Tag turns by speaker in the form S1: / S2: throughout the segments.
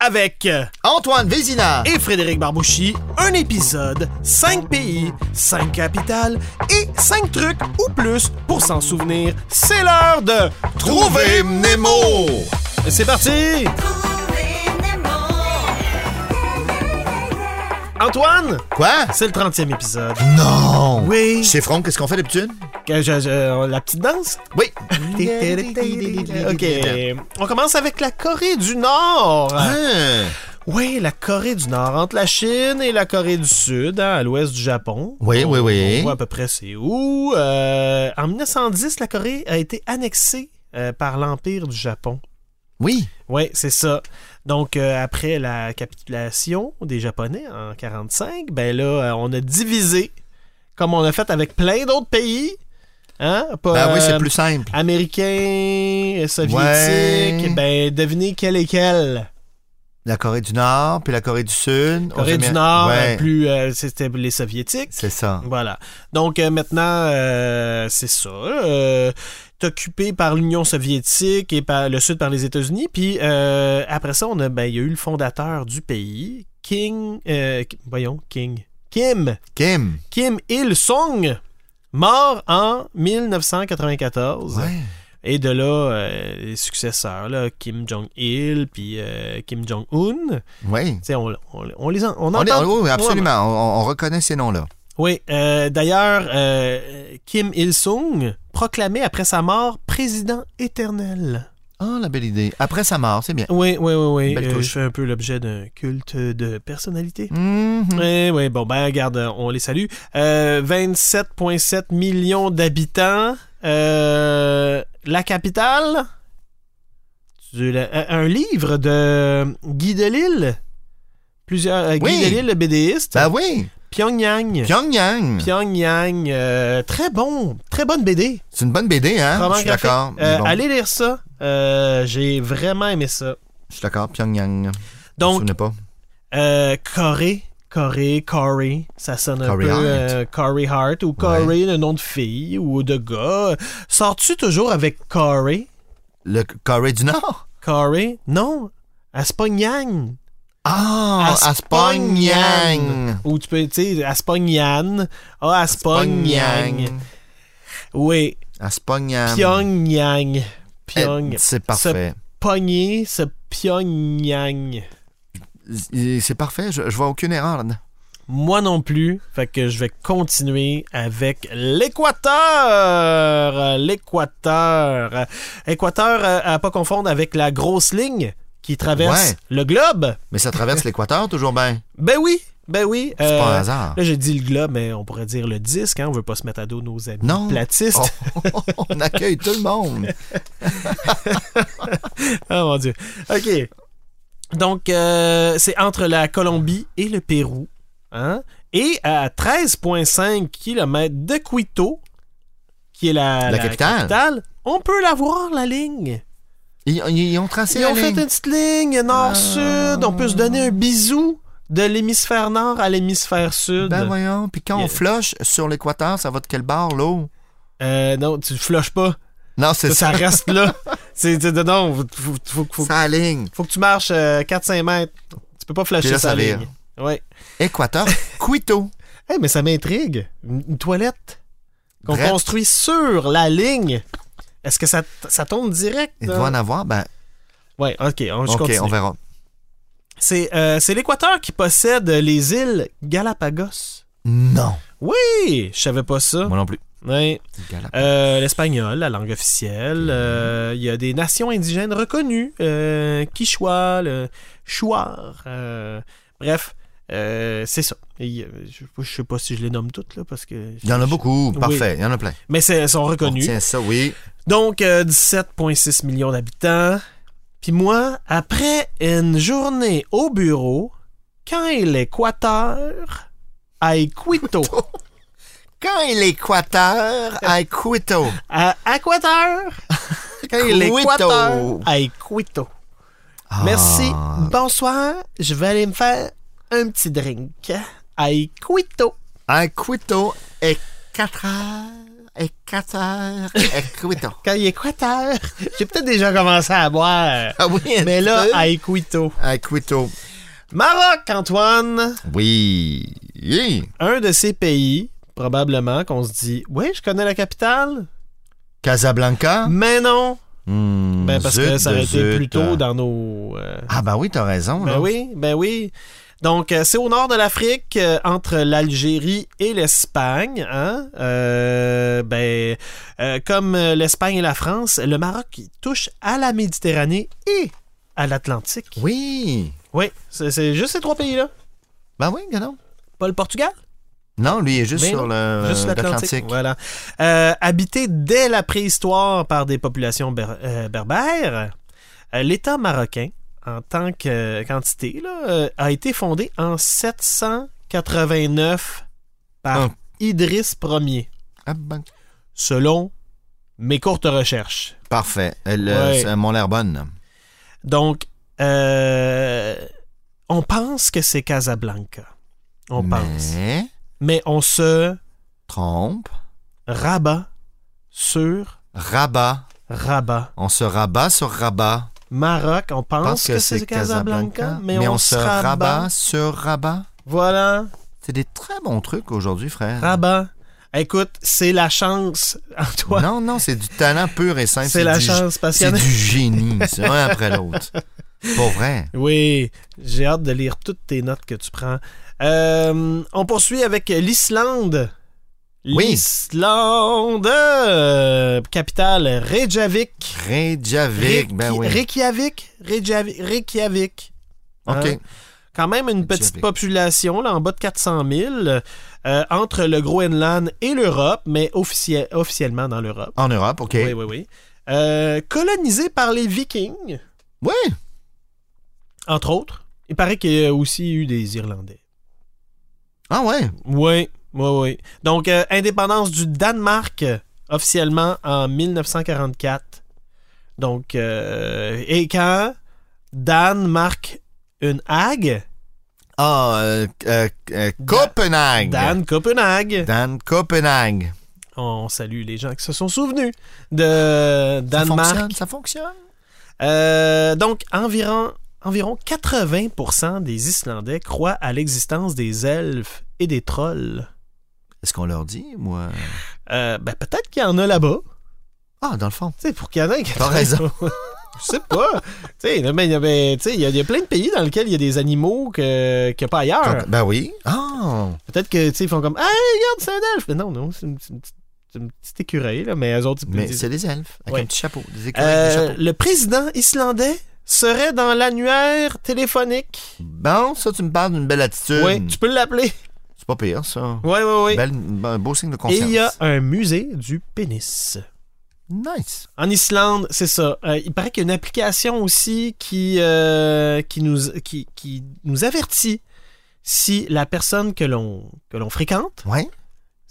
S1: avec
S2: Antoine Vézina.
S1: et Frédéric Barbouchi, un épisode, 5 pays, 5 capitales et 5 trucs ou plus pour s'en souvenir. C'est l'heure de
S2: Trouvez Nemo.
S1: C'est parti! Antoine,
S2: Quoi?
S1: c'est le 30e épisode.
S2: Non.
S1: Oui.
S2: Chez From, qu'est-ce qu'on fait d'habitude?
S1: Que je- je- la petite danse?
S2: Oui.
S1: Ok. On commence avec la Corée du Nord.
S2: Hein?
S1: Oui, la Corée du Nord, entre la Chine et la Corée du Sud, hein, à l'ouest du Japon.
S2: Oui,
S1: On-
S2: oui, oui.
S1: On voit à peu près c'est où. Euh, en 1910, la Corée a été annexée euh, par l'Empire du Japon.
S2: Oui.
S1: Oui, c'est ça. Donc, euh, après la capitulation des Japonais en 1945, ben là, euh, on a divisé, comme on a fait avec plein d'autres pays. Hein? Pas,
S2: Ben oui, c'est
S1: euh,
S2: plus simple.
S1: Américains, euh, soviétiques.
S2: Ouais.
S1: Ben, devinez quel est quel.
S2: La Corée du Nord, puis la Corée du Sud.
S1: Corée
S2: On
S1: du
S2: s'est mis-
S1: Nord,
S2: Ouais,
S1: euh, plus euh, c'était les soviétiques.
S2: C'est ça.
S1: Voilà. Donc euh, maintenant, euh, c'est ça. Euh, t'es occupé par l'Union soviétique et par le Sud par les États-Unis. Puis euh, après ça, on a, ben, il y a eu le fondateur du pays, King. euh, Ki- voyons, King. Kim.
S2: Kim.
S1: Kim Il-sung, mort en 1994.
S2: Ouais.
S1: Et de là, euh, les successeurs, là, Kim Jong-il, puis euh, Kim Jong-un.
S2: Oui.
S1: Tu sais, on, on, on les en- on
S2: On est-
S1: entend
S2: oui, absolument. On, on reconnaît ces noms-là.
S1: Oui, euh, d'ailleurs, euh, Kim Il-sung, proclamé après sa mort président éternel.
S2: Ah, la belle idée. Après sa mort, c'est bien.
S1: Oui, oui, oui, oui.
S2: Belle
S1: Euh,
S2: touche.
S1: je fais un peu l'objet d'un culte de personnalité.
S2: Mhm.
S1: Oui, oui, bon, ben, regarde, on les salue. Euh, 27,7 millions d'habitants. Euh, la capitale? Tu l'as- euh, un livre de Guy Delisle. Plusieurs, euh, Guy
S2: Oui.
S1: Delisle, le BDiste.
S2: Ben oui.
S1: Pyongyang.
S2: Pyongyang.
S1: Pyongyang, euh, très bon, très bonne BD.
S2: C'est une bonne BD, hein?
S1: Roman
S2: Je suis
S1: graphique.
S2: d'accord.
S1: Euh,
S2: Mais bon,
S1: Allez lire ça. Euh, J'ai vraiment aimé ça.
S2: Je suis d'accord. Pyongyang. je me
S1: Donc,
S2: souvenais pas.
S1: euh, Corée, Corée, Corey, ça sonne un
S2: Corey
S1: peu
S2: Hart.
S1: euh, Corey Hart ou Corey, le nom de fille ou de gars. Sors-tu toujours avec Corey?
S2: Le Corée du Nord?
S1: Corey? Non, Aspognang.
S2: Ah, Asponyang.
S1: Ou tu peux, tu sais, Aspognan. Ah, Aspognang. Oui,
S2: Asponyang.
S1: Pyongyang.
S2: Eh,
S1: Pyong.
S2: C'est parfait.
S1: pogner ce Pyongyang.
S2: Z- C'est parfait. Je, je vois aucune erreur là-dedans.
S1: Moi non plus. Fait que je vais continuer avec l'Équateur. L'Équateur. Équateur euh, à pas confondre avec la grosse ligne qui traverse
S2: Ouais.
S1: le globe.
S2: Mais ça traverse l'équateur toujours bien.
S1: Ben oui, ben oui.
S2: C'est
S1: Euh,
S2: pas un hasard.
S1: Là, j'ai dit le globe, mais on pourrait dire le disque. Hein? On veut pas se mettre à dos nos amis
S2: Non.
S1: platistes.
S2: Oh, on accueille tout le monde.
S1: Ah mon Dieu. OK. Donc, euh, c'est entre la Colombie et le Pérou. Hein? Et à 13,5 km de Quito, qui est la,
S2: La capitale.
S1: on peut la voir, la ligne.
S2: Ils, ils- ils ont tracé
S1: Ils
S2: la
S1: ont fait
S2: ligne.
S1: une petite ligne nord-sud. On peut se donner un bisou de l'hémisphère nord à l'hémisphère sud.
S2: Ben voyons. Puis quand
S1: Yeah.
S2: on floche sur l'équateur, ça va de quel bord l'eau?
S1: Euh, non, tu ne flushes pas.
S2: Non, c'est
S1: Ça, ça
S2: ça.
S1: reste là. C'est, c'est- non, faut, faut, faut- faut-
S2: Ça aligne.
S1: faut que tu marches euh, 4-5 mètres. Tu peux pas flusher
S2: Puis là,
S1: sa
S2: ça vire.
S1: ligne. Ouais.
S2: Équateur, Quito.
S1: Hey, mais ça m'intrigue. Une, une toilette qu'on
S2: Drette.
S1: construit sur la ligne. Est-ce que ça, t- ça tourne direct?
S2: Il
S1: là?
S2: doit en avoir. Ben,
S1: Ouais, ok, on, je
S2: ok,
S1: continue.
S2: on verra.
S1: C'est, euh, c'est l'Équateur qui possède les îles Galapagos.
S2: Non.
S1: Oui, je savais pas ça.
S2: Moi non plus.
S1: Ouais.
S2: Galap-
S1: Euh, l'espagnol, la langue officielle. euh, Il y a des nations indigènes reconnues. Euh, Quichua, le Chouar. euh, bref, euh, c'est ça. Et, euh, je, je sais pas si je les nomme toutes, là, parce que...
S2: Il y en a beaucoup.
S1: Oui.
S2: Parfait. Il y en a plein.
S1: Mais c'est- elles sont
S2: On
S1: reconnues.
S2: tient ça, oui.
S1: Donc, euh, 17,6 millions d'habitants. Puis moi, après une journée au bureau, quand il est quater, à Quito.
S2: Quand il est équateur, à Quito.
S1: À, à quater? Quand il est
S2: Quito.
S1: quater, à Quito. Ah. Merci.
S2: Ah.
S1: Bonsoir. Je vais aller me
S2: Ah.
S1: faire un petit drink. À Quito.
S2: À Quito, et 4 heures et 4 heures et quito.
S1: Quand il est quater, j'ai peut-être déjà commencé à boire.
S2: Ah oui, un
S1: Mais là,
S2: petit peu.
S1: Aequito.
S2: À quito.
S1: Maroc, Antoine,
S2: Oui. Oui.
S1: un de ces pays, probablement, qu'on se dit Oui, je connais la capitale.
S2: Casablanca.
S1: Mais non. Ben, parce que ça aurait
S2: a
S1: été plus tôt dans nos. euh,
S2: hein. Ah ben oui, t'as raison.
S1: Ben
S2: là.
S1: oui, ben oui. Donc, euh, c'est au nord de l'Afrique, euh, entre l'Algérie et l'Espagne. hein. Euh, ben, euh, comme euh, l'Espagne et la France, le Maroc touche à la Méditerranée et à l'Atlantique.
S2: Oui.
S1: Oui, c'est c'est juste ces trois pays-là.
S2: Ben oui, non.
S1: Pas le Portugal,
S2: Non, lui il est juste
S1: Ben
S2: sur le
S1: juste l'Atlantique.
S2: Euh, l'Atlantique.
S1: Voilà. Euh, habité dès la préhistoire par des populations ber- euh, berbères, euh, l'État marocain, en tant que euh, quantité, là, euh, a été fondé en 789 par
S2: Ah.
S1: Idriss Ier,
S2: Ah ben,
S1: selon mes courtes recherches.
S2: Parfait. Euh, Elle,
S1: Ouais.
S2: mon l'air bonne.
S1: Donc, euh, on pense que c'est Casablanca. On pense.
S2: Mais,
S1: Mais on se
S2: trompe.
S1: rabat sur
S2: Rabat.
S1: rabat.
S2: On se rabat sur rabat.
S1: Maroc, on pense, que, c'est Casablanca, mais, on, se rabat.
S2: rabat sur rabat.
S1: Voilà,
S2: C'est des très bons trucs aujourd'hui, frère.
S1: rabat. Écoute, c'est la chance, Antoine.
S2: Non, non, c'est du talent pur et simple.
S1: c'est la
S2: du-
S1: chance parce qu'il y
S2: hein, C'est
S1: en a-
S2: du génie, c'est un après l'autre. Pour vrai.
S1: Oui, j'ai hâte de lire toutes tes notes que tu prends. Euh, on poursuit avec l'Islande.
S2: Oui.
S1: L'Islande, euh, capitale Reykjavik.
S2: Reykjavik, ben
S1: Reykj-
S2: oui.
S1: Reykjavik, Reykjavik, Reykjavik. Hein?
S2: OK.
S1: quand même une petite
S2: Reykjavik.
S1: population, là, en bas de 400 000, euh, entre le Groenland et l'Europe, mais officie- officiellement dans l'Europe.
S2: En Europe, OK.
S1: Oui, oui, oui. Euh, colonisé par les Vikings,
S2: Oui.
S1: entre autres. Il paraît qu'il y a aussi eu des Irlandais.
S2: Ah ouais.
S1: Oui, oui, oui. Donc, euh, indépendance du Danemark, euh, officiellement en 1944. Donc, euh, et quand Dan marque une Hague,
S2: Ah, euh, euh, euh, Copenhague.
S1: Dan Copenhague.
S2: Dan Copenhague.
S1: On salue les gens qui se sont souvenus de
S2: Ça
S1: Danemark.
S2: fonctionne, ça fonctionne.
S1: Euh, donc, environ, environ 80% des Islandais croient à l'existence des elfes et des trolls.
S2: Est-ce qu'on leur dit, moi?
S1: Euh, ben, peut-être qu'il y en a là-bas.
S2: Ah, dans le fond.
S1: Tu sais, pour qu'il y en ait.
S2: T'as raison.
S1: Je sais pas. Tu sais, là, ben, il y avait- tu sais, il y, a- il y a plein de pays dans lesquels il y a des animaux que- qu'il n'y a pas ailleurs.
S2: Ben oui. Ah.
S1: Peut-être que, tu sais, ils font comme Ah, regarde, c'est un elfe. Mais non, non, c'est une, c'est une petite- c'est une petite écureuil, là, mais eux autres, ils
S2: Mais
S1: disent-
S2: c'est des elfes, avec
S1: Ouais.
S2: un petit chapeau, des écureuils, avec des
S1: Euh,
S2: chapeaux.
S1: le président islandais serait dans l'annuaire téléphonique.
S2: Bon, ça, tu me parles d'une belle attitude.
S1: Oui, tu peux l'appeler.
S2: C'est pas pire, ça.
S1: Oui, oui, oui.
S2: Belle- un beau signe de
S1: Et
S2: confiance.
S1: il y a un musée du pénis.
S2: Nice.
S1: En Islande, c'est ça. Euh, il paraît qu'il y a une application aussi qui, euh, qui, nous, qui, qui nous avertit si la personne que l'on que l'on fréquente,
S2: Ouais.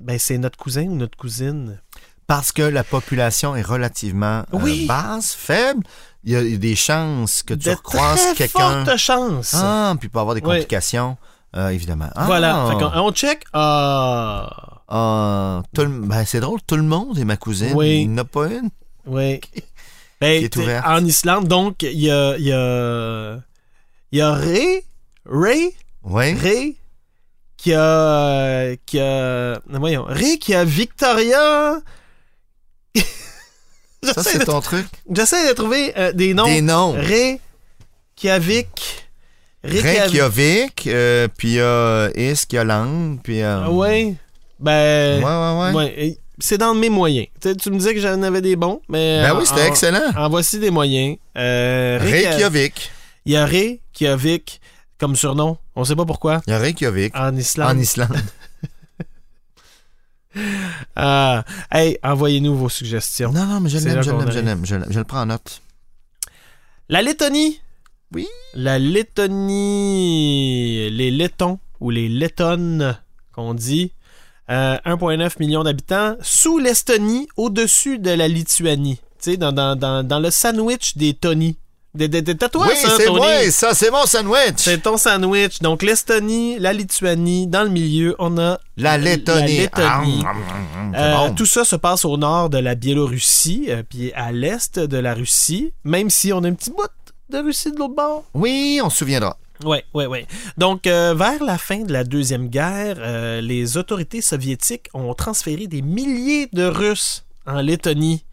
S1: ben c'est notre cousin ou notre cousine.
S2: Parce que la population est relativement euh,
S1: Oui.
S2: basse, faible. Il y a des chances que tu
S1: De
S2: recroises
S1: très
S2: quelqu'un.
S1: Forte chance.
S2: Ah, puis il peut avoir des
S1: Oui.
S2: complications, euh, évidemment. Ah.
S1: Voilà. Fait qu'on- on, check. Ah.
S2: Ah, tout le- ben, c'est drôle, tout le monde est ma cousine.
S1: Oui.
S2: Il n'y en a pas une.
S1: Oui. Ben,
S2: Qui est
S1: t'es-
S2: ouverte.
S1: en Islande, donc, il y a. Il y a, il y a Ray. Ray.
S2: Oui.
S1: Ray. Qui a. Qui a. Voyons. Ray qui a Victoria.
S2: Ça,
S1: J'essaie
S2: c'est
S1: de,
S2: ton truc.
S1: j'essaie de trouver euh, des noms.
S2: Des noms.
S1: Ray. Qui a Vic. Ray
S2: Reykjavik, euh, puis il y a Iskjoland, puis... euh,
S1: Oui.
S2: Ouais,
S1: Ben.
S2: ouais, ouais.
S1: Ah ouais, et C'est dans mes moyens. Tu sais, tu me disais que j'en avais des bons, mais.
S2: Ben
S1: en-
S2: oui, c'était
S1: en-
S2: excellent.
S1: En voici des moyens. Euh, Ray qui a-
S2: Reykjavik.
S1: Il y a Ray qui a Vic comme surnom. On sait pas pourquoi.
S2: Il y a Reykjavik.
S1: En
S2: En
S1: Islande.
S2: Islande.
S1: Ah. hey, envoyez-nous vos suggestions.
S2: Non, non, mais je
S1: C'est là
S2: l'aime, je
S1: qu'on
S2: l'aime, je
S1: arrive.
S2: l'aime. Je l'aime. Je le prends en note.
S1: La Lettonie.
S2: Oui.
S1: La Lettonie. Les Lettons ou les Lettonnes qu'on dit. Euh, 1,9 million d'habitants sous l'Estonie, au-dessus de la Lituanie. Tu sais, dans, dans, dans, dans le sandwich des Tony. Des, des- des tatouages,
S2: oui,
S1: ça,
S2: c'est
S1: Tony.
S2: moi, ça, c'est mon sandwich.
S1: C'est ton sandwich. Donc, l'Estonie, la Lituanie, dans le milieu, on a
S2: La Lettonie.
S1: la Lettonie.
S2: Ah, mm, mm, mm, c'est
S1: Euh,
S2: bon.
S1: Tout ça se passe au nord de la Biélorussie, euh, puis à l'est de la Russie, même si on a un petit bout de Russie de l'autre bord.
S2: Oui, on se souviendra.
S1: Ouais, ouais, ouais. Donc, euh, vers la fin de la Deuxième Guerre, euh, les autorités soviétiques ont transféré des milliers de Russes en Lettonie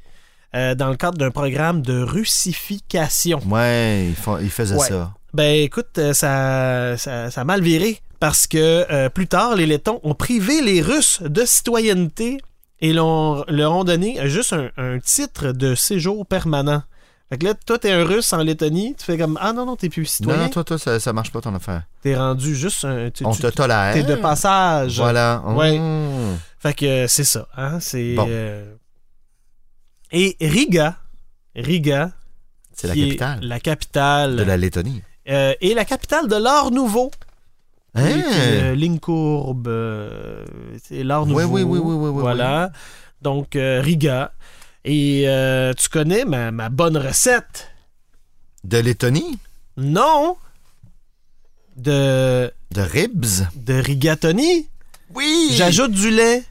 S1: euh, dans le cadre d'un programme de russification.
S2: Ouais, ils, font- ils faisaient
S1: Ouais.
S2: ça.
S1: Ben écoute, euh, ça, ça, ça a mal viré parce que euh, plus tard, les Lettons ont privé les Russes de citoyenneté et l'ont- leur ont donné juste un, un titre de séjour permanent. Fait que là, toi, t'es un Russe en Lettonie, tu fais comme Ah non, non, t'es plus
S2: Non,
S1: citoyen.
S2: non, toi, toi, ça, ça marche pas ton affaire.
S1: T'es rendu juste un. Tu,
S2: on
S1: tu-
S2: te tolère.
S1: t'es de passage.
S2: Voilà.
S1: Ouais.
S2: Mm.
S1: Fait que euh, c'est ça. Hein? C'est.
S2: Bon.
S1: euh, Et Riga. Riga.
S2: C'est la
S1: qui est
S2: capitale
S1: La capitale.
S2: de la Lettonie.
S1: Euh, et la capitale de l'art nouveau.
S2: Hein?
S1: Et puis, euh, ligne courbe, euh, c'est l'art nouveau.
S2: Oui, oui, oui, oui, oui, oui,
S1: Voilà. Donc, euh, Riga. Et euh, tu connais ma, ma bonne recette?
S2: De Lettonie
S1: Non! De,
S2: De Ribs
S1: de rigatoni.
S2: Oui
S1: J'ajoute du lait.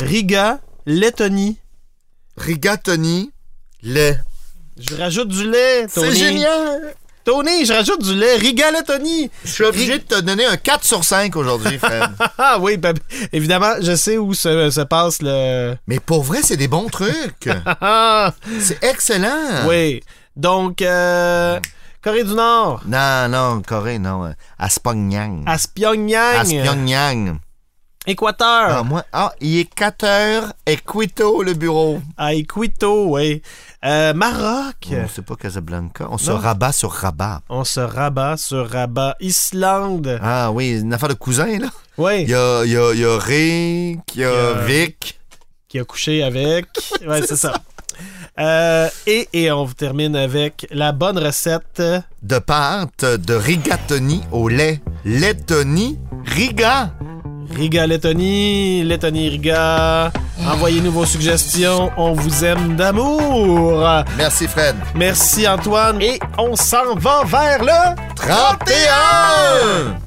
S1: Riga, Lettonie.
S2: Rigatoni, lait.
S1: Je rajoute du lait, Tony.
S2: C'est génial
S1: Tony, je rajoute du lait. Riga, Lettonie.
S2: Je suis obligé de te donner un 4 sur 5 aujourd'hui, Fred.
S1: Ah oui, ben, évidemment, je sais où se, se passe le...
S2: Mais pour vrai, c'est des bons trucs.
S1: Ah, ah.
S2: C'est excellent.
S1: Oui. Donc, euh, Corée du Nord,
S2: Non, non, Corée, non. euh, À Sponyang.
S1: à Pyongyang,
S2: À Sponyang. Ah,
S1: euh, Équateur,
S2: moi, ah, il est 4 heures et quito le bureau.
S1: à Iquito, oui. Euh, Maroc,
S2: On sait pas Casablanca. On se
S1: Non.
S2: rabat sur rabat.
S1: on se rabat sur rabat. Islande,
S2: Ah oui, une affaire de cousin, là. Il
S1: oui,
S2: y a, il y a, il y a Rick, il y a
S1: Euh,
S2: Vic.
S1: qui a couché avec. Ouais, c'est ça. Euh, et, et on vous termine avec la bonne recette.
S2: De pâte, de rigatoni au lait. Lettonie, Riga.
S1: Riga Lettonie, Lettonie Riga. Envoyez-nous vos suggestions. On vous aime d'amour.
S2: Merci, Fred.
S1: Merci Antoine. Et on s'en va vers le...
S2: 31!